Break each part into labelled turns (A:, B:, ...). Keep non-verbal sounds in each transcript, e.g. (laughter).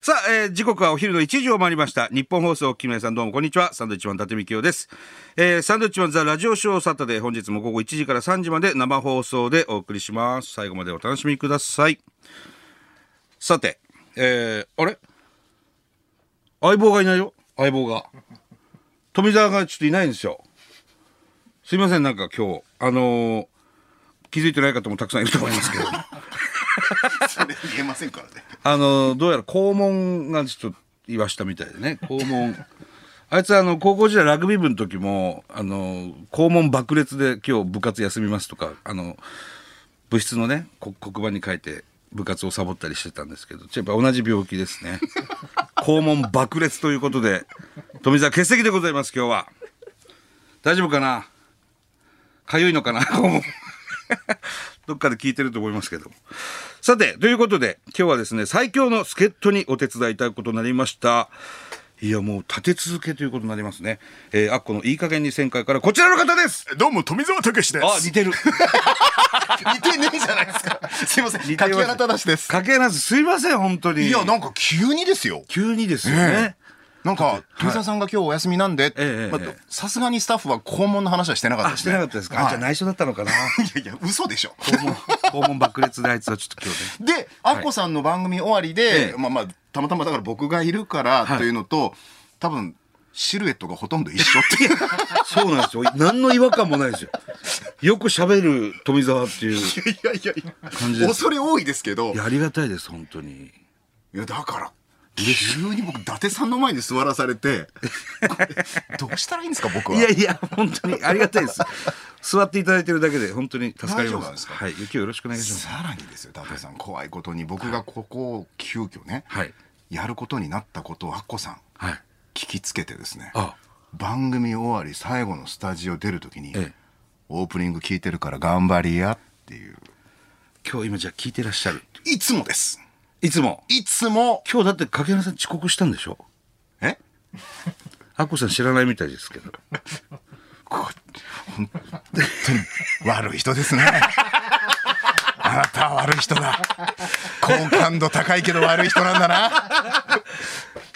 A: さあ、えー時刻はお昼の1時を回りました。日本放送、木村さんどうもこんにちは。サンドウィッチマン、伊達美京です。えーサンドウィッチマンザラジオショーサタデー、本日も午後1時から3時まで生放送でお送りします。最後までお楽しみください。さて、えーあれ相棒がいないよ。相棒が。富澤がちょっといないんですよ。すいません、なんか今日、あのー気づいてない方もたくさんいると思いますけど。
B: それ言えませんからね。
A: あのどうやら肛門がちょっと言わしたみたいでね肛門 (laughs) あいつあの高校時代ラグビー部の時もあの肛門爆裂で今日部活休みますとかあの部室のねこ黒板に書いて部活をサボったりしてたんですけどちょっとやっぱ同じ病気ですね肛門爆裂ということで富澤欠席でございます今日は大丈夫かなかゆいのかな (laughs) 肛門どっかで聞いてると思いますけどさて、ということで、今日はですね、最強の助っ人にお手伝いいただくことになりました。いや、もう立て続けということになりますね。えー、アッコのいい加減に旋回からこちらの方です
C: どうも富澤たけしで
A: あ、
C: す
A: 似てる。
B: 似てねえじゃないですか。すいません。
A: (laughs) 似
B: 柿
A: てます
B: 原忠です。
A: かけなす、すいません、本当に。
B: いや、なんか急にですよ。
A: 急にですよね。
B: なんか、富澤さんが今日お休みなんで
A: ええ、
B: ま
A: ええ
B: あさすがにスタッフは肛門の話はしてなかった
A: あ、
B: で
A: し
B: す
A: て
B: ね。
A: なかったですか、あ
B: (laughs) はい
A: じゃあ内緒だったのかな
B: いやいや、嘘でしょ。
A: 肛門、肛門爆裂であいつはちょっと今日ね。
B: で、アッコさんの番組終わり
A: え
B: で
A: え、
B: まあまあ、たまたまだから僕がいるからというのと、多分、シルエットがほとんど一緒っていう。
A: そうなんですよ。何の違和感もないですよ。よく喋る富澤っていう。い
B: いやいやい
A: 感じで
B: や、
A: す
B: 恐れ多いですけど、
A: や、ありがたいです、本当に。
B: いやだから急に僕伊達さんの前に座らされて
A: (laughs)
B: これどうしたらいいんですか僕はい
A: やいや、本当にありがたいです。座っていただいてるだけで本当に助かり
B: 大丈夫
A: ま
B: なん
A: す。
B: ですか
A: はい、雪をよろしくお願いします。
B: さらにですよ伊達さん、怖いことに僕がここを急遽ね、
A: はい
B: やることになったことをアッコさん
A: はい。
B: 聞きつけてですね
A: あ
B: 番組終わり最後のスタジオ出るときに、
A: ええ
B: オープニング聞いてるから頑張りやっていう
A: 今日今じゃあ聞いてらっしゃる。
B: いつもです
A: いつも。
B: いつも
A: 今日だって掛原さん遅刻したんでしょ
B: え
A: アッコさん知らないみたいですけど。
B: こ本当に悪い人ですね。 (laughs) あなたは悪い人だ。好感度高いけど悪い人なんだな。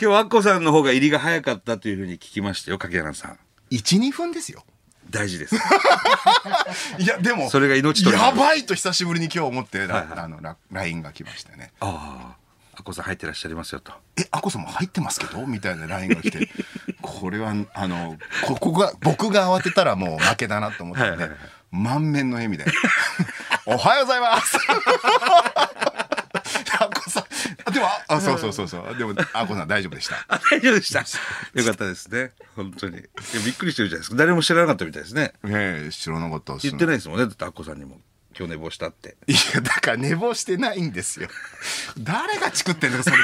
A: 今日アッコさんの方が入りが早かったというふうに聞きましたよ、掛原さん。
B: 1、2分ですよ。
A: 大事 (laughs) です。
B: いや、でも、
A: それが命取りにな
B: や
A: る
B: ばいと久しぶりに今日思って、
A: はいはい
B: あの、ラ LINE が来ましてね。
A: ああ。アッコさん入ってらっしゃいますよと。
B: え、アコさんも入ってますけどみたいな LINE が来て、これは、あの、ここが、僕が慌てたらもう負けだなと思って
A: はいはい
B: ね
A: はい、
B: 満面の笑みで、 (laughs) おはようございます (laughs) アコさん、あでも、あ、そうそうそうそう、でも、アコさん大丈夫でした。
A: あ大丈夫でした。 (laughs) よかったですね。本当に。いやびっくりしてるじゃないですか。誰も知らなかったみたいですね。
B: ええ、知らなかったっす
A: 言ってないですもんね。だってアッコさんにも今日寝坊したって。
B: いや、だから寝坊してないんですよ。誰がチクってんのその情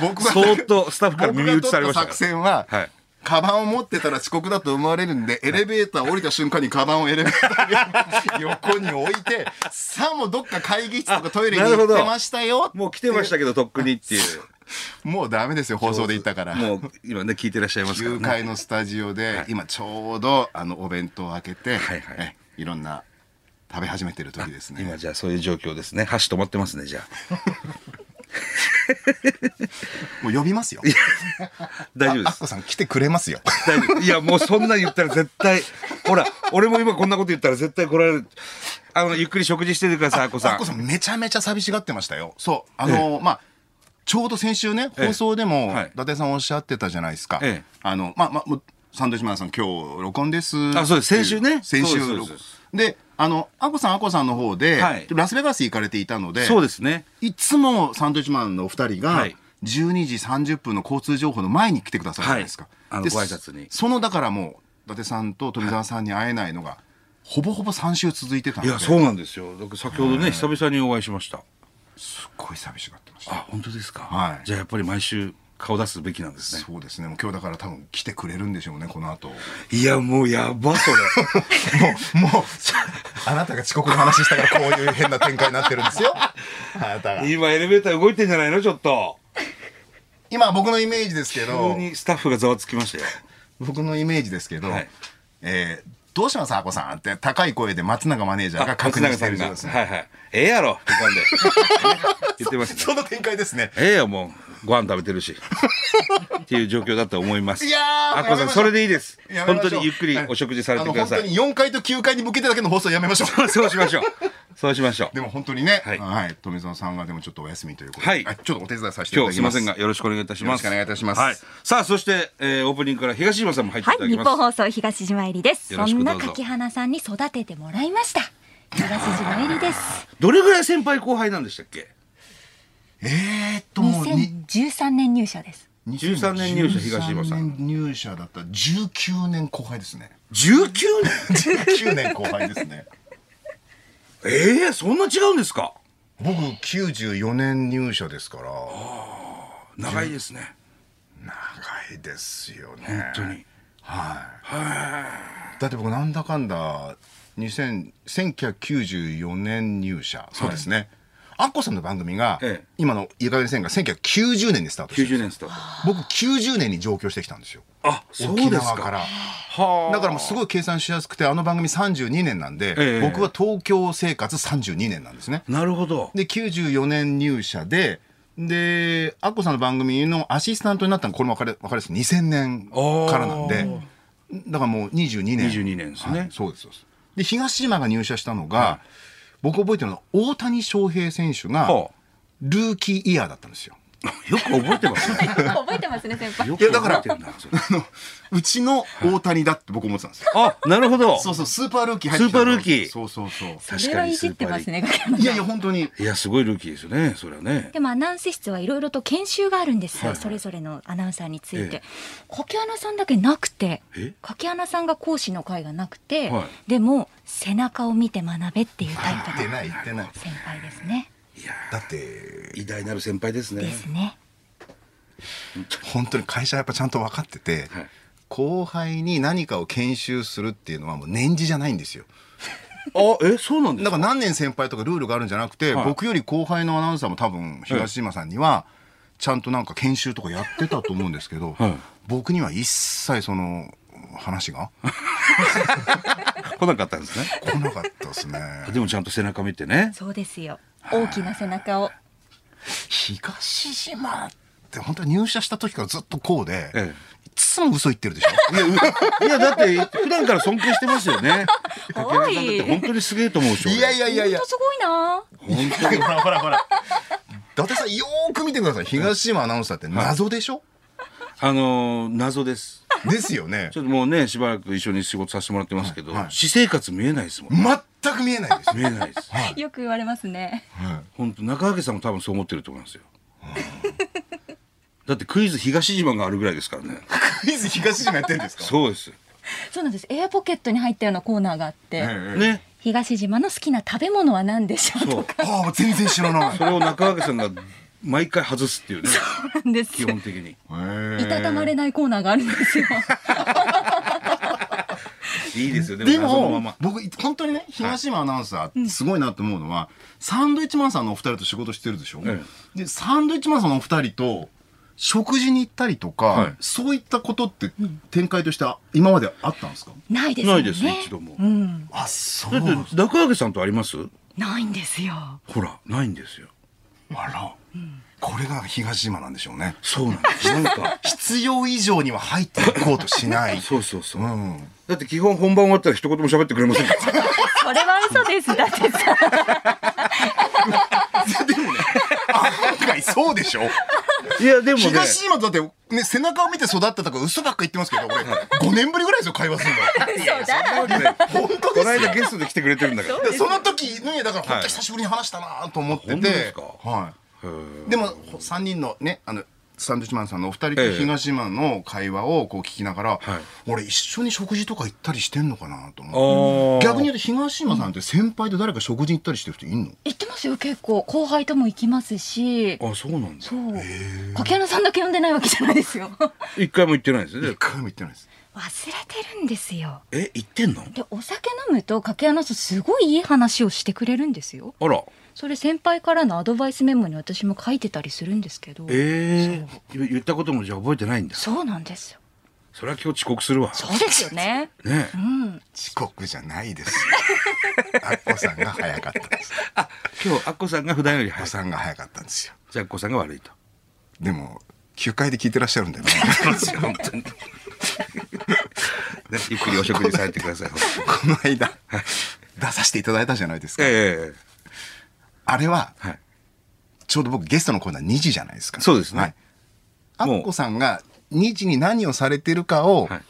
B: 報。僕が
A: 相当スタッフから耳打ちされましたから
B: 僕が取った作戦は、
A: はい
B: カバンを持ってたら遅刻だと思われるんで、エレベーター降りた瞬間にカバンをエレベーターに横に置いて、さあもうどっか会議室とかトイレに行ってましたよ。
A: もう来てましたけど、とっくにっていう。
B: もうダメですよ、放送で言ったから。
A: もう今ね、聞いてらっしゃいますから
B: 9
A: ね。
B: 階のスタジオで、今ちょうどあのお弁当を開け
A: は
B: て、
A: いはい
B: えいろんな食べ始めてる時ですね。
A: 今じゃあそういう状況ですね。箸止まってますね、じゃ
B: もう呼びますよ。
A: あ。大丈夫で
B: あっ
A: す。
B: こさん来てくれますよ。
A: 大丈夫。いや、もうそんなん言ったら絶対、ほら、俺も今こんなこと言ったら絶対来られる。あの、ゆっくり食事しててください、あこ
B: あ
A: さ
B: っ
A: ん
B: こ。さんめちゃめちゃ寂しがってましたよ。そう。あのまあ、ちょうど先週ね、
A: ええ
B: 放送でも、
A: はい
B: 伊達さんおっしゃってたじゃないですか。
A: ええ
B: あの、まあ、まあ、もうサンドウィッチマンさん今日録音です。
A: あそうです先週ね
B: 先
A: そ
B: 週
A: うです
B: 録
A: そうで
B: で、あの、あこさんあこさんの方で、
A: はい
B: ラスベガス行かれていたので、
A: そうですね。
B: いつもサンドウィッチマンのお二人が、
A: はい
B: 12時30分の交通情報の前に来てくださるじゃないですか。
A: はいあの
B: で
A: ご挨拶に
B: その、だからもう、伊達さんと富澤さんに会えないのが、ほぼほぼ3週続いてたの
A: い
B: で、
A: や、そうなんですよ。だから先ほどね、久々にお会いしました。
B: すっごい寂しがってました。
A: あ、本当ですか。
B: はい
A: じゃあやっぱり毎週顔出すべきなんですね。
B: そうですね。もう今日だから多分来てくれるんでしょうね、この後。も (laughs)
A: いや、もうやば、それ。
B: う、もう、 (laughs) あなたが遅刻の話したからこういう変な展開になってるんですよ。あなたが。
A: 今エレベーター動いてんじゃないのちょっと。
B: 今僕のイメージですけ
A: 急
B: ど、
A: にスタッフがざわつきましたよ。
B: 僕のイメージですけど、
A: はい
B: えーどうしますアコさんって高い声で松永マネージャーが確認してるそうですね。 (laughs)
A: はいはい。ええやろって感じで。言ってますね。
B: その展開ですね。
A: ええよ、もう。ご飯食べてるしっていう状況だと思います
B: いやー
A: アッコさ
B: やめ
A: ん
B: ましょ
A: そうれでいいです
B: やめ
A: 本
B: ましょ
A: 当
B: う
A: にゆっくりお食事され
B: あ
A: て
B: の
A: くださ
B: 本当
A: い
B: に4階と9階に向けてだけの放送やめましょう
A: そうしま
B: (laughs)
A: しょうそうしましょう
B: でも本当にね、
A: は
B: はいい、富澤さんがでもちょっとお休みということで、
A: はい
B: ちょっとお手伝いさせてい
A: 今
B: ただ
A: 日す
B: き
A: い
B: ま。
A: ますせんがよろしくお願いいたします
B: よろしくお願いいたします
A: はさあそして、えーオープニングから東島さんも入ってい
C: は
A: ただ
C: い、
A: き
C: 日
A: ます、
C: 本放送東島えりです。
A: よろ
C: そ
A: しく
C: ん
A: どう
C: な
A: ぞ
C: 柿花さんに育ててもらいました。東島えりです。
A: どれぐらい先輩後輩なんでしたっけ
B: えーっともうに
C: 2013年入
A: (laughs)
C: 社です。
A: 13年入社東島さん
B: 13年入社だったら19年後輩ですね。
A: (laughs) 19年
B: (laughs) 19年後輩ですね。
A: ええそんな違うんですか
B: 僕94年入社ですから
A: 長いですね
B: 長いですよね。
A: 本当に
B: だって僕なんだかんだ2000 1994年入社そうですね、アッコさんの番組が、
A: ええ
B: 今の「いいかげん線」が1990年にスタートして
A: 90年スター
B: 僕90年に上京してきたんですよ
A: トあそうで
B: 沖
A: すか
B: 縄から
A: はあ
B: だからもうすごい計算しやすくてあの番組32年なんで、
A: ええ
B: 僕は東京生活32年なんですね
A: なるほど
B: で94年入社ででアッコさんの番組のアシスタントになったのこれも分かる分かるです2000年からなんでだからもう22年
A: 22年ですね
B: はいそうですそうですで東島が入社したのが、僕覚えてるのは大谷翔平選手が
A: はあ
B: ルーキーイヤーだったんですよ
A: よく覚えてますね
C: 覚えてますね、先輩
A: よ。
B: い
A: く
B: やだか
A: 覚
B: ら
A: えてるなそれ
B: あのうちの大谷だって僕思ってたんですよ
A: あなるほど
B: そうそうスーパールーキー入ってきた
A: スーパールーキー
B: そうそうそう
C: それはいじってますね。柿花さん
B: いやいや本当に
A: いやすごいルーキーですよねそれはね
C: でもアナウンス室はいろいろと研修があるんですよ、
A: はいはい
C: それぞれのアナウンサーについ
A: ええ
C: て、柿花さんだけなくて
A: え
C: 柿花さんが講師の会がなくて、
A: はい
C: でも背中を見て学べっていうタイ
B: 言っ
C: プ
B: て
C: の
B: ない言ってない
C: 先輩ですね。
A: いや
B: だって
A: 偉大なる先輩ですね
C: ですね。
B: 本当に会社はやっぱちゃんと分かってて、
A: はい
B: 後輩に何かを研修するっていうのはもう年次じゃないんですよ
A: あえそうなんです
B: だか
A: から
B: 何年先輩とかルールがあるんじゃなくて、
A: はい
B: 僕より後輩のアナウンサーも多分東島さんにはちゃんとなんか研修とかやってたと思うんですけど、
A: はい
B: 僕には一切その話が
A: 来なかったんですね
B: 来なかったです
A: (laughs)
B: ね
A: でもちゃんと背中見てね
C: そうですよ。大きな背中を。
B: 東島って本当に入社した時からずっとこうで、
A: え
B: いつも嘘言ってる
A: (laughs)
B: でしょ
A: いやういやだって普段から尊敬してますよ
B: (laughs)
A: ね
C: お
A: 竹原
C: い
A: さんだって本当にすげえと思うし俺
B: やい
C: 本当すごい
A: 本
C: な。
A: 当
B: ほらほらほら。伊達さんよーく見てください。東島アナウンサーって謎でしょ、
A: あのー謎です
B: ですよね
A: ち。ょっともうねしばらく一緒に仕事させてもらってますけど、
B: はいはい
A: 私生活見えないですもん
B: 全く見えないです。
A: 見えないです
C: よく言われますね。
A: 本当中垣さんも多分そう思ってると思いますよだってクイズ東島があるぐらいですからね
B: クイズ東島やってるんですか
A: そうです
C: そうなんです。エアポケットに入ったようなコーナーがあって、
A: ね
C: 東島の好きな食べ物は何でしょう
A: そ
C: と
A: う
C: か
B: ああ、全然知らない。
A: それを中垣さんが毎回外すっていうね
C: なんです
A: 基
C: よ。
A: 本的に
C: いたたまれないコーナーがあるんです (laughs) よ。
A: いいですよでも
B: で
A: 謎のま
B: も、
A: ま
B: 僕、本当にね、東島アナウンサー、すごいなと思うのは、サンドイッチマンさんのお二人と仕事してるでしょ、
A: え
B: で、サンドイッチマンさんのお二人と、食事に行ったりとか、
A: はい
B: そういったことって展開として今まであったんですか、
C: ないですよ
A: な
C: ね。
A: いです一度も、
C: うん、
B: あ、そ
A: だって中垣さんとあります
C: ないんですよ。
A: ほらないんですよ
B: あら、これが東島なんでしょうね。
A: そうなんですなんか
B: 必要以上には入っていこうとしない。
A: (laughs) そうそうそう、
B: ん。
A: だって基本本番終わったら一言も喋ってくれませんから
C: それは嘘です。だってさ、
B: 案外そうでしょ。
A: いやでもね
B: 東島だって、ね、背中を見て育ったとか嘘ばっか言ってますけど、俺、5年ぶりぐらいですよ、会話する
C: (laughs) 嘘だら。
B: の。本当で
A: こ
B: す
A: の
B: よ
A: 間ゲストで来てくれてるんだから。
B: でその時ね、だから本当に久しぶりに話したなと思ってて。
A: はいあ本当ですか
B: はい。
A: へ
B: でも、3人のね、あの、サンドウィッチマンさんのお二人
A: え
B: と
A: え
B: 東島の会話をこう聞きながら、
A: はい
B: 俺一緒に食事とか行ったりしてんのかなと思って。
A: ー
B: 逆に言うと東島さんって先輩と誰か食事に行ったりしてる人いんの
C: 言ってますよ。結構後輩とも行きますし。
A: あそうなんだ
C: そう。柿原さんだけ呼んでないわけじゃないです (laughs) よ。
A: 一回も行ってないですね
B: 一回も行ってないです
C: 忘れてるんですよ。
A: え行ってんの
C: でお酒飲むと掛け話すすごいいい話をしてくれるんですよ
A: あら
C: それ先輩からのアドバイスメモに私も書いてたりするんですけど
A: ええ言ったこともじゃあ覚えてないんだ
C: そうなんですよ
A: それは今日遅刻するわ
C: そうですよね
A: ね
C: うん
B: 遅刻じゃないですアッコさんが
A: (laughs)
B: 早かったんです
A: 今日アッコさんが普段より
B: ア
A: 早
B: ッコ
A: い
B: さんが早かったんですよ
A: じゃあアッコさんが悪いと
B: でも9回で聞いてらっしゃるんだよね (laughs)
A: 本当に。ね、ゆっくりお食事されてください。
B: この間出させていただいたじゃないですか、
A: え
B: あれは
A: えはい。
B: ちょうど僕ゲストのコーナー2時じゃないですか
A: そうですね
B: はい、あ
A: もう
B: っこさんが2時に何をされてるかを、
A: はい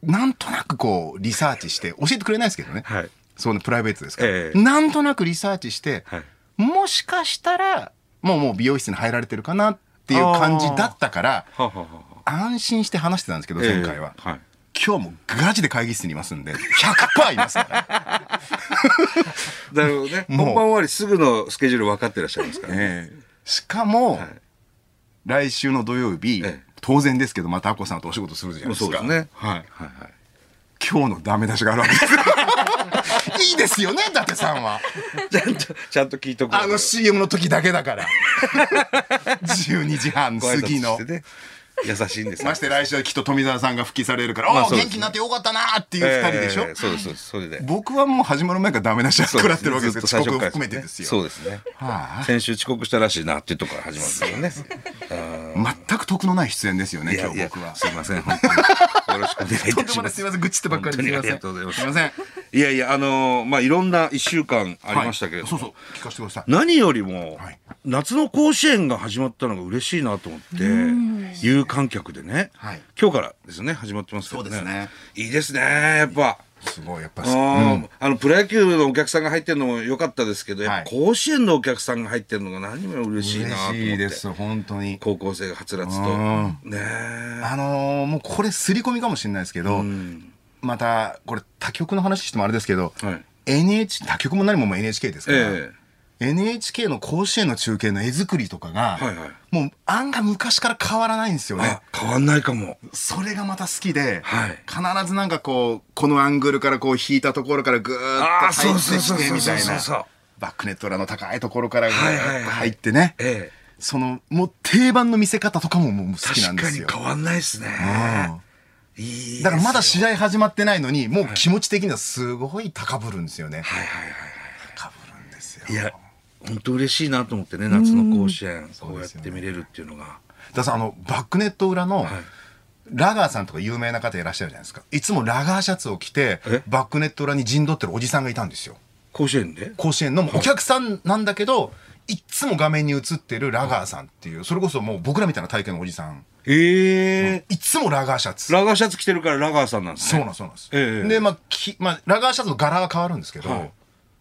B: なんとなくこうリサーチして教えてくれないですけどね、
A: はい
B: そのプライベートですから、
A: ええ
B: なんとなくリサーチして、
A: はい
B: もしかしたらもうもう美容室に入られてるかなっていう感じだったから
A: はあ、はあはあは
B: 安心して話してたんですけど
A: あ。ええ
B: 前回は、
A: はい。
B: 今日もガチで会議室にいますんで100%いますから
A: (laughs)
B: ね、
A: だけどね、本
B: もう
A: 番終わりすぐのスケジュール分かってらっしゃいますからね。
B: ええしかも、
A: はい
B: 来週の土曜日、
A: ええ
B: 当然ですけどまたアッコさんとお仕事するじゃない
A: もう
B: で
A: そ
B: す
A: う
B: か
A: ですね。
B: はい、
A: はいはい。
B: 今日のダメ出しがあるわけ
A: (laughs)
B: ですいいですよね伊達さんは
A: ちゃんと、ちゃんと聞いとく。
B: あの CM の時だけだから
A: (laughs)
B: 12時半
A: ご挨
B: 過
A: 拶
B: ぎの
A: してね優しいんですよ
B: まして来週はきっと富澤さんが復帰されるから「
A: まあ
B: おお、
A: そうですね
B: 元気になってよかったな」っていう
A: ええ
B: 2人でしょ、
A: そうです、そうです。それ (laughs) で。
B: 僕はもう始まる前からダメ出しは食らってるわけですよ
A: そう
B: 遅刻
A: ね
B: を含めてですよ
A: そうですね。
B: はあ
A: 先週遅刻したらしいなっていうところから始まるんですよね。
B: 全く得のない出演ですよね今
A: い
B: 日
A: やい
B: 僕
A: や
B: は
A: すいません。本当によろしくお願いい
B: と
A: た
B: んで
A: し
B: も
A: ま
B: ないす
A: す
B: い。ません愚痴ってばっかりですいません
A: 本当にありがとうございます
B: すいません
A: いやいや、あのーまあ、いろんな一週間ありましたけれど
B: はい
A: も、
B: そうそう聞かせてください
A: 何よりも、
B: はい
A: 夏の甲子園が始まったのが嬉しいなと思って、有観客でね、
B: はい
A: 今日からですね、始まってますけどね。
B: そうですね
A: いいですね、やっぱ。
B: すごいやっぱ
A: あーあのプロ野球のお客さんが入ってるのも良かったですけど、やっぱ
B: は
A: 甲子園のお客さんが入ってるのが何よりも嬉しいなと思っ
B: 嬉
A: て
B: しいです本当に
A: 高校生がはつらつと
B: うん
A: ねえ
B: あのーもうこれ刷り込みかもしれないですけど、またこれ他局の話してもあれですけど、
A: はい
B: NH 他局も何ももう NHK ですから、
A: え
B: NHK の甲子園の中継の絵作りとかが、
A: はいはい
B: もう案が昔から変わらないんですよね
A: あ。変わんないかも
B: それがまた好きで、
A: はい
B: 必ずなんかこうこのアングルからこう引いたところからぐー
A: あ
B: っ
A: ー
B: と入って
A: そうそうそう
B: きて
A: そう
B: みたい
A: そう
B: な
A: そうそう
B: バックネット裏の高いところからぐ
A: はいはいはい
B: ーっと入ってね、
A: ええ
B: そのもう定番の見せ方とかももう好きなん
A: 確
B: で
A: か
B: す
A: に
B: よ。
A: 変わんないですね
B: うん
A: いいですよ
B: だからまだ試合始まってないのに、もう気持ち的にはすごい高ぶるんですよ
A: は
B: ね。
A: いはいはいはい
B: 高ぶるんですよ。
A: いや本当嬉しいなと思ってね夏の甲子園こうやって見れるっていうのが
B: だからあの、バックネット裏の、ラガーさんとか有名な方いらっしゃるじゃないですか。いつもラガーシャツを着て
A: え、
B: バックネット裏に陣取ってるおじさんがいたんですよ。
A: 甲子園で
B: 甲子園のもうお客さんなんだけど、いっつも画面に映ってるラガーさんっていう、それこそもう僕らみたいな体験のおじさん。
A: ええ
B: いっつもラガーシャツ。
A: ラガーシャツ着てるからラガーさんなんです
B: そう
A: ね
B: なんそうなんです。
A: ええ
B: で、まあ、きまあ、ラガーシャツの柄は変わるんですけど、
A: はい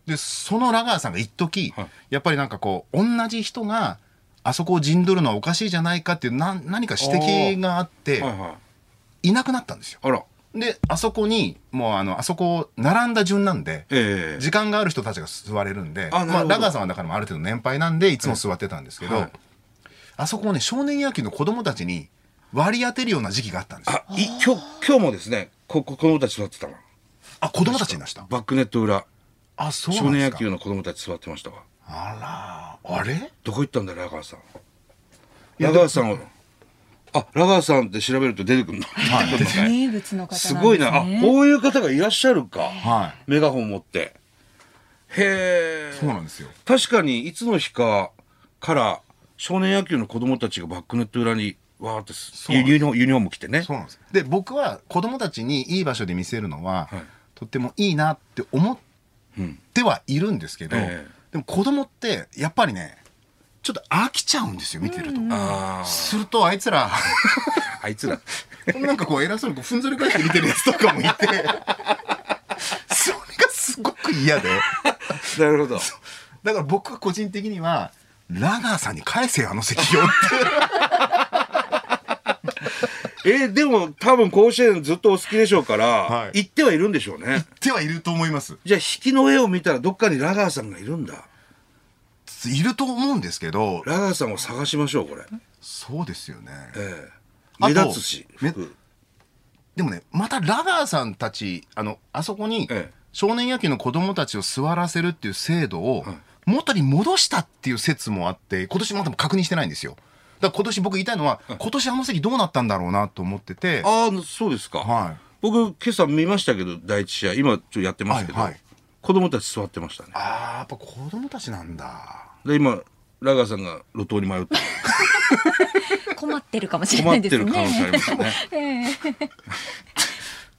B: で、そのラガーさんが一時、
A: はい
B: やっぱりなんかこう、同じ人が、あそこを陣取るのはおかしいじゃないかっていう、な何か指摘があって、
A: はいはい
B: いなくなったんですよ。
A: あら
B: で、あそこに、もうあの、あそこ、並んだ順なんで、
A: ええ
B: 時間がある人たちが座れるんで、
A: あなるほ
B: まあ、
A: ど
B: ラガーさんはだからもうある程度年配なんで、いつも座ってたんですけど、
A: はい
B: あそこをね、少年野球の子供たちに割り当てるような時期があったんですよ。
A: あい今日今日もですねここ子供たち座ってたな
B: あ、子供たちになした。
A: バックネット裏
B: あ、そうな
A: 少
B: んで
A: 年野
B: すか。
A: 球の子供たち座ってましたわ
B: あら、あれ
A: どこ行ったんだラガーさん
B: や
A: ラガーさんをあラガーさんって調べると出てくるの、 (laughs) 出てくるのかい
C: 名物の方なんです
A: す
C: ね
A: ごいなあこういう方がいらっしゃるか、
B: は
A: メガホン持ってへ
B: そう
A: え
B: なんですよ。
A: 確かにいつの日かから少年野球の子供たちがバックネット裏にわーってす
B: そうな
A: ユニ
B: んです
A: フォームユニフォーム着てね
B: そうなんです。で、僕は子供たちにいい場所で見せるのは、
A: はい
B: とってもいいなって思ってはいるんですけど、
A: ええ
B: でも子供ってやっぱりね、ちょっと飽きちゃうんですよ、見てると。
A: あ
B: するとあいつら (laughs)
A: ああいつら (laughs)
B: なんかこう偉そうにこうふんぞり返して見てるやつとかもいて (laughs) それがすごく嫌で
A: なるほど
B: だから僕は個人的にはラガーさんに返せよあの席をって
A: えーでも多分甲子園ずっとお好きでしょうから、
B: はい
A: 行ってはいるんでしょうね
B: 言ってはいると思います
A: じゃあ引きの絵を見たらどっかにラガーさんがいるんだ
B: いると思うんですけど
A: ラガーさんを探しましょうこれ、
B: そうですよね
A: ええ
B: あ
A: 目
B: と
A: 立つし
B: め
A: 服
B: でもねまたラガーさんたちあのあそこに
A: ええ
B: 少年野球の子供たちを座らせるっていう制度を元に戻したっていう説もあって今年まだ確認してないんですよだから今年僕言いたいのは今年あの席どうなったんだろうなと思ってては
A: ああそうですか、
B: はい
A: 僕今朝見ましたけど第一試合今ちょっとやってますけど、
B: はいはい
A: 子供たち座ってましたね
B: あーやっぱ子供たちなんだ
A: (laughs) で今ラガーさんが路頭に迷って
C: 困ってるかもしれな
A: 困っ
C: いで
A: て
C: す
A: る可能性あり
C: ね
A: ま。す (laughs) ね。
C: (laughs)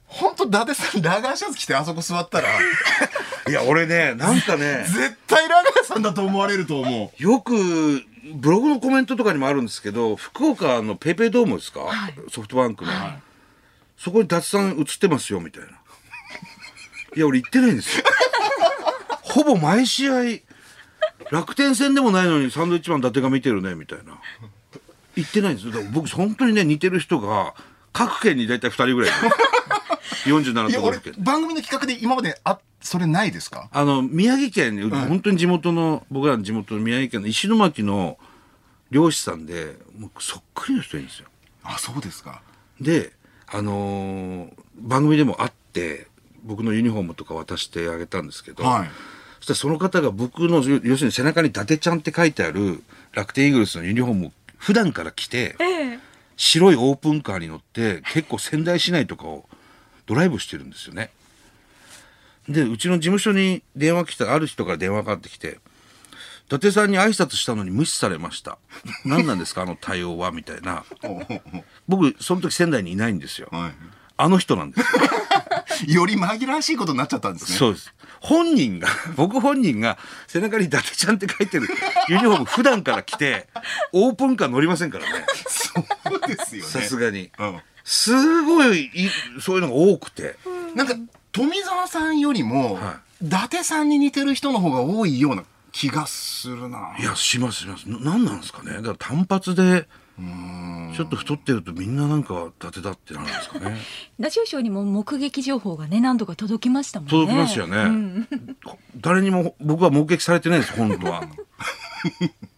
B: 本当伊達さんラガーシャツ着てあそこ座ったら (laughs)
A: いや、俺ね、なんかね、
B: 絶対ラガーさんだと思われると思う
A: よく、ブログのコメントとかにもあるんですけど、福岡のペイペイドームですか、ソフトバンクの。そこに達さん映ってますよ、みたいな。いや、俺行ってないんですよ。ほぼ毎試合、楽天戦でもないのにサンドイッチマン伊達が見てるね、みたいな。行ってないんですよ。だから僕、本当にね、似てる人が、各県に大体2人ぐらい
B: (laughs)
A: いる。47
B: い
A: 都
B: や
A: 道
B: 俺
A: 府県。
B: 番組の企画で今まであそれないですか
A: あの、宮城県に、本当に地元の、僕らの地元の宮城県の石巻の漁師さんで、もうそっくりの人いるんですよ。
B: あそうですか
A: で、あのー番組でも会って、僕のユニフォームとか渡してあげたんですけど、
B: (laughs) はい
A: そしたらその方が僕の、要要するに背中に伊達ちゃんって書いてある楽天イーグルスのユニフォームを普段から着て、白いオープンカーに乗って結構仙台市内とかをドライブしてるんですよね。でうちの事務所に電話来たある人から電話かかってきて「伊達さんに挨拶したのに無視されました何なんですかあの対応は」みたいな僕その時仙台にいないんですよ、
B: は
A: あの人なんですよ
B: (laughs) より紛らわしいことになっちゃったんですね
A: そうです本人が (laughs) 僕本人が背中に「伊達ちゃん」って書いてるユニフォーム普段から着てオープンカー乗りませんからね
B: そうですよね
A: さすがに
B: うん
A: すごいいそういうのが多くて。
B: なんか富澤さんよりも、
A: は
B: 伊達さんに似てる人の方が多いような気がするない
A: や、しますします。ななんなんですかね。だから単発で、ちょっと太ってるとみんななんか伊達だってなるんですかね。
C: ラジオショーにも目撃情報がね何度か届きましたもんね。
A: 届きますよね。
C: うん
A: 誰にも僕は目撃されてないです、本当は。 (laughs)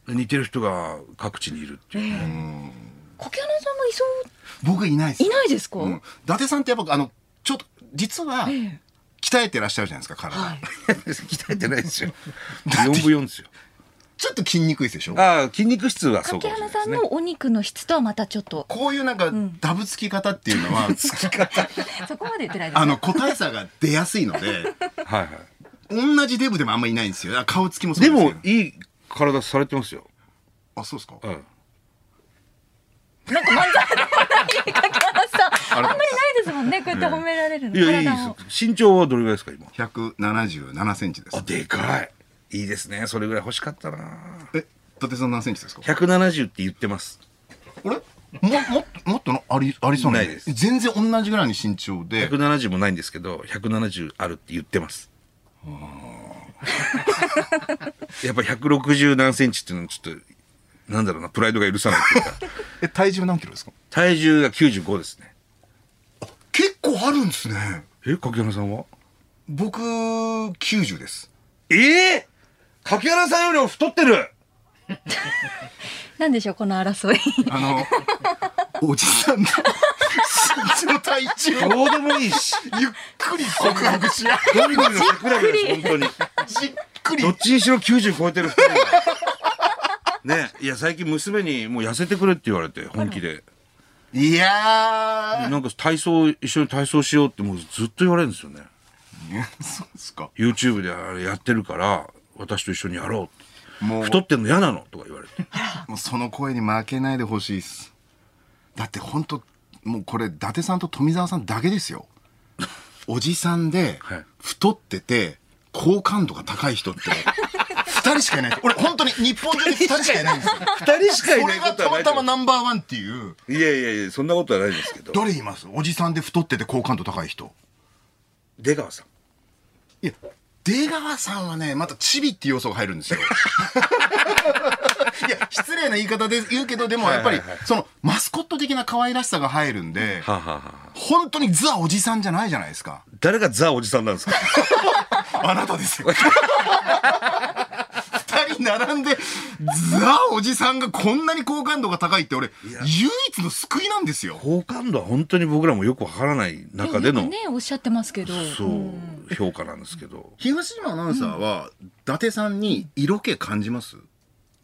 A: 似てる人が各地にいるっていうね。
C: 小木原さんもいそう
B: 僕いないです
C: いないですか？
B: うん、伊達さんってやっぱあのちょっと実は
C: ええ
B: 鍛えてらっしゃるじゃないですか体、
C: はい。
A: (laughs) 鍛えてないですよ。4分4ですよ。
B: ちょっと筋肉質でしょ
A: ああ、筋肉質は (laughs) そ
C: 小
A: うか
C: 木
A: もしれないで
C: 原さ
A: す
C: ん
A: ね。
C: のお肉の質とはまたちょっ
A: (laughs)
C: と
B: こういうなんかダブつき方っていうのは、
C: そこまで言ってないですね。
B: あの個体差が出やすいので
A: はいはい。
B: 同じデブでもあんまいないんですよ顔つきもそう
A: で
B: ですけ
A: も
B: ど、
A: いい体されてますよ。
B: あそうですか
A: うん
C: なんか漫才の小木原さんあん
B: れ
C: まりないですもんねこうやって褒められるの。
A: いや、いいで
C: 体を
A: すよ。身長はどれぐらいですか、今。
B: 177センチです
A: あ、でかい。いいですね。それぐらい欲しかったな。
B: え伊達さん何センチですか
A: 170って言ってます
B: あれもももっとのありありそう
A: ないです
B: 全然同じぐらいの身長で
A: 170もないんですけど170あるって言ってますやっぱ160何センチっていうのはちょっとなんだろうなプライドが許さないって (laughs) いうか
B: え体重何キロですか
A: 体重が95ですね
B: 結構あるんですね
A: え柿原さんは
B: 僕90です
A: ええ柿原さんよりも太ってる
C: なんでしょうこの争い。
B: あ (laughs) のおじさんの身長体重
A: ど
B: を
A: うでもいい (laughs) し
B: ゆっくり克服し合う
A: どんぐりの背比べです本当に
B: じっくり
A: どっちにしろ90超えてる2人がねいや最近娘にもう痩せてくれって言われて本気で
B: いや
A: なんか体操一緒に体操しようってもうずっと言われるんですよね
B: ーそうですか
A: YouTube であれやってるから私と一緒にやろう
B: もう
A: 太ってんの嫌なのとか言われて
B: もうその声に負けないでほしいっすだって本当もうこれ伊達さんと富澤さんだけですよおじさんで
A: はい
B: 太ってて好感度が高い人って二人しかいない俺本当に日本中に二人しかいないんですよ
A: 2人しか
B: それがたまたまナンバーワンっていう
A: いやいやいやそんなことはないですけど
B: 誰いますおじさんで太ってて好感度高い人
A: 出川さん
B: いや出川さんはねまたチビっていう要素が入るんですよ
A: (laughs)
B: いや失礼な言い方で言うけどでもやっぱり、
A: はいはい
B: そのマスコット的な可愛らしさが入るんで
A: はあ、はあはあ、
B: 本当にザおじさんじゃないじゃないですか
A: 誰がザおじさんなんですか
B: あなたですよ二人並んでザおじさんがこんなに好感度が高いって俺唯一の救いなんですよ
A: 好感度は本当に僕らもよくわからない中で
C: よ
A: の
C: くねおっしゃってますけど。
A: そう評価なんですけど
B: 東島アナウンサーは、伊達さんに色気感じます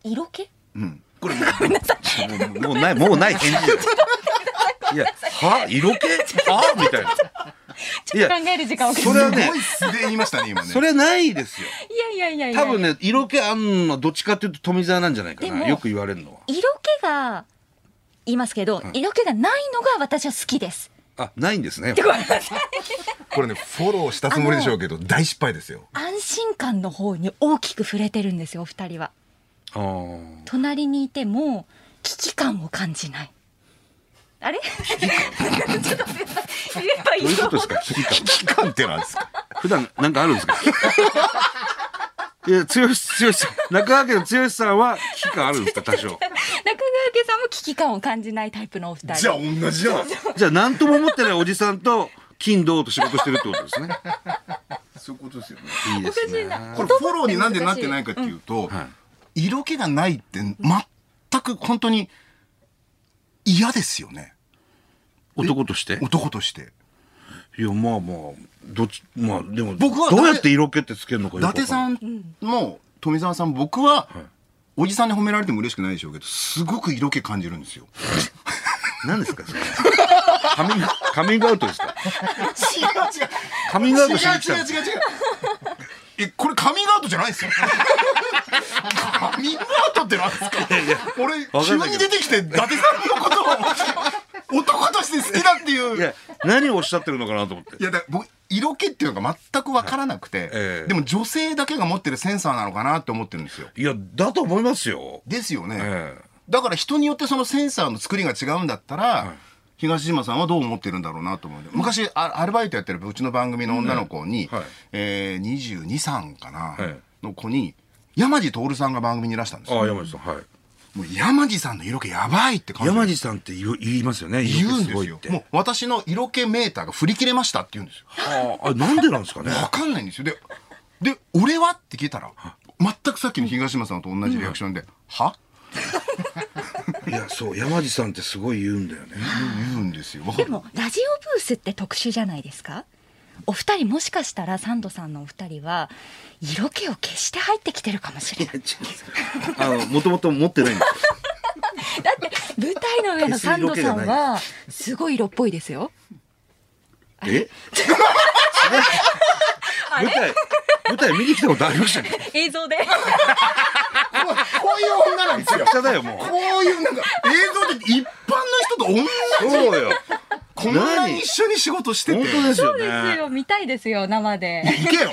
C: 色気？
B: うん
C: (laughs)
B: これ
A: もうもうないもうない返事だよいやは色気はみたいな
C: ちょっと考える時間を。
A: それはね
B: すごい素で言いましたね今ね
A: それはないですよ
C: いやいいやいやいや
A: 多分ね色気あんのはどっちかっていうと富澤なんじゃないか
C: で
A: な
C: も
A: よく言われるのは
C: 色気が言いますけど、色気がないのが私は好きです。
A: あないんですね
C: ごめんなさい
B: これねフォローしたつもりでしょうけど大失敗ですよ
C: 安心感の方に大きく触れてるんですよお二人は
A: あー
C: 隣にいても危機感を感じないあれちょっと言えばいい
A: どういう
C: の
A: ことですか危機感
B: 期間ってなんですか
A: 普段なんかあるんですかいや剛剛さん中川家の剛さんは危機感あるんですか多少
C: 中川家さんも危機感を感じないタイプのお二人
B: じゃあ同じじゃん
A: じゃあ何とも思ってないおじさんと金銅と仕事してるってことですね
B: そういうことですよね
A: いいですね
C: おかしいな
B: これフォローになんでなってないかっていうと、
A: はい
B: 色気がないって全く本当に嫌ですよね
A: 男として
B: 男として
A: いやまあまあどっちまあでも
B: 僕は
A: どうやって色気ってつけるのかよ
B: 伊
A: くわか
B: 達
A: んない
B: さんも富澤さんも僕は、おじさんに褒められても嬉しくないでしょうけどすごく色気感じるんですよ
A: 何ですかそれ (laughs) カミングカミングアウトですか
B: 違う違う
A: カミングアウトしに来た
B: 違う違う違う違うえこれカミングアウトじゃないですよカミングアウトってなんですか
A: わ
B: 俺
A: か
B: 急
A: んないけ
B: に
A: ど
B: 出てきて伊達さんのことを男として好きだっていう
A: いや何をおっしゃってるのかなと思って
B: いやだから僕色気っていうのが全く分からなくて、
A: ええ
B: でも女性だけが持ってるセンサーなのかなって思ってるんですよ
A: いやだと思いますよ
B: ですよね、
A: ええ
B: だから人によってそのセンサーの作りが違うんだったら、東島さんはどう思ってるんだろうなと思うんで昔アアルバイトやってるうちの番組の女の子に、
A: はい
B: えー、22、3かな、
A: え
B: の子に山地徹さんが番組にいらしたんです
A: あ
B: よ
A: あ山地さんはい
B: もう山地さんの色気やばいって感じ
A: 山地さんって言う言いますよね
B: 言
A: 色
B: う
A: 気
B: ん
A: す
B: で
A: ご
B: す
A: いっ
B: よ
A: て
B: もう私の色気メーターが振り切れましたって言うんですよ
A: はああなんでなんですかね
B: わかんないんですよ。で、で、俺はって聞いたら、全くさっきの東島さんと同じリアクションで、はい
A: やそう山地さんってすごい言うんだよね
B: 言うんですよ。わか
C: で
B: る
C: もラジオブースって特殊じゃないですかお二人もしかしたらサンドさんのお二人は色気を消して入ってきてるかもしれ
A: (laughs)
C: ない
A: あのもともと持ってないんですよ
C: だって舞台の上のサンドさんはすごい色っぽいですよ
B: (laughs)
A: え舞台舞台見に来たことありましたけど
C: 映像で
B: こういう女なんですよ。
A: 下だよも
B: こういうなんか映像で一般の人と同じ。
A: うそうよ
B: こんなに一緒に仕事してて。
A: 本当です
C: そ
A: よ
C: う
A: ね
C: ですよ見たいですよ生で
B: 行けよ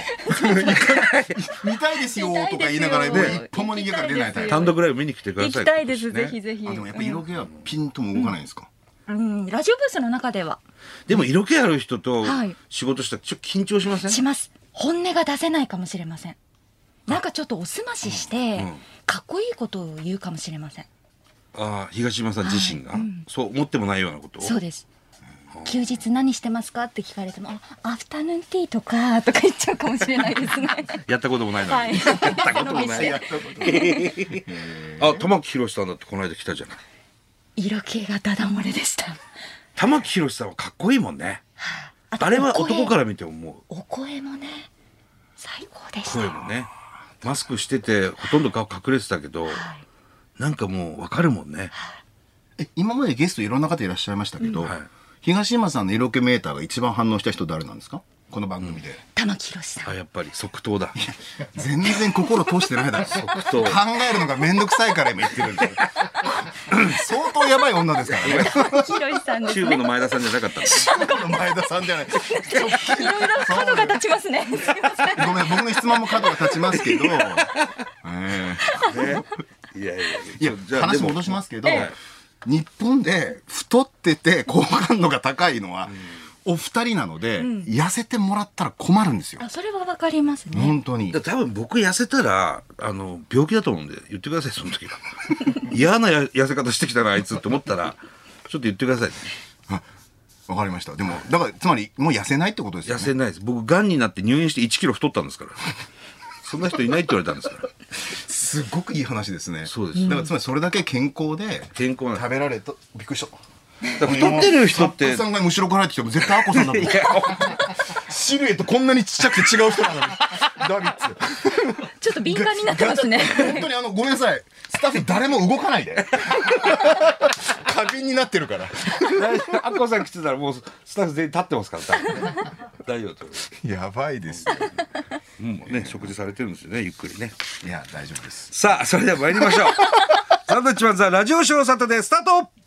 B: 見たいですよとか言いながら
C: 見
B: も
C: た
B: う
C: いですよ
B: 一歩も逃げから出ないタイプ
C: 行
A: 単独ライブ見に来てくだ
C: 行
A: さい
C: きたいです、
A: 今年
C: ぜ
A: ね
C: ひぜひ
B: あでもやっぱ色気はピンとも動かないんですか、
C: うん、ラジオブースの中では
A: でも色気ある人と
C: はい
A: 仕事したらちょっと緊張しません
C: します本音が出せないかもしれませんなんかちょっとおすましして、かっこいいことを言うかもしれません
A: ああ東島さん自身が、そう思ってもないようなことを
C: そうです休日何してますかって聞かれてもあアフタヌーンティーとかとか言っちゃうかもしれないで
A: (laughs)
C: すね
A: やったこともないのに、
C: はい
A: やったこともない
C: やっ
A: あ玉木宏さんだってこの間来たじゃない
C: 色気がダダ漏れでした
A: 玉木宏さんはかっこいいもんねあれは男からら見て思う
C: お声もね最高でした
A: 声もねマスクしててほとんど顔隠れてたけど、なんかもうわかるもんね、
B: え今までゲストいろんな方いらっしゃいましたけど、
A: はい
B: 東島さんの色気メーターが一番反応した人誰なんですかこの番組で、
C: 玉木宏さん
A: あやっぱり即答
C: (laughs)
A: だ
B: 全然心通してないだろ
A: 即
B: 考
A: 答
B: えるのがめんどくさいから今言ってるんですよ相当やばい女ですからね
C: 玉木宏さんです
A: チ
C: ね
A: ューブの前田さんじゃなかったの
B: 前田さんじゃない
C: いろいろ角が立ちますねすいません
B: ごめん僕の質問も角が立ちますけど、ええ
A: ね
C: (laughs)
A: いやいや
B: いや
A: じゃあで
B: 話
A: も
B: 戻しますけど、
A: ええ
B: 日本で太ってて好感度が高いのは、お二人なので、痩せてもらったら困るんですよ
C: あそれはわかりますね
B: 本当に
A: だから多分僕痩せたらあの病気だと思うんで言ってくださいその時は (laughs) 嫌なや痩せ方してきたなあいつって思ったらちょっと言ってくださいね
B: わかりましたでもだからつまりもう痩せないってことですよ
A: 痩
B: ね
A: せないです僕がんになって入院して1キロ太ったんですからそんな人いないって言われたんですから
B: すごくいい話ですね
A: そうです
B: だからつまりそれだけ健康で
A: 健康なん
B: 食べられとびっくりし
A: だ
B: た
A: から太ってる人っ
B: お
A: て
B: 客さんが後ろから入ってきても絶対アッコさんだと
A: い
B: 思
A: や
B: うシルエットこんなにちっちゃくて違う
A: (laughs)
B: 人なのにダビッツ
C: ちょっと敏感になってますね
B: 本当にあのごめんなさいスタッフ誰も動かな
A: (laughs)
B: いで過敏になってるから
A: 大丈夫アッコさん来てたらもうスタッフ全員立ってますから多分大丈夫だと思います
B: やばいですよ
A: もうね、食事されてるんですよね、ゆっくりね。
B: いや大丈夫です
A: さあ、それでは参りましょう。サンドウィッチマンザラジオショーサタデースタート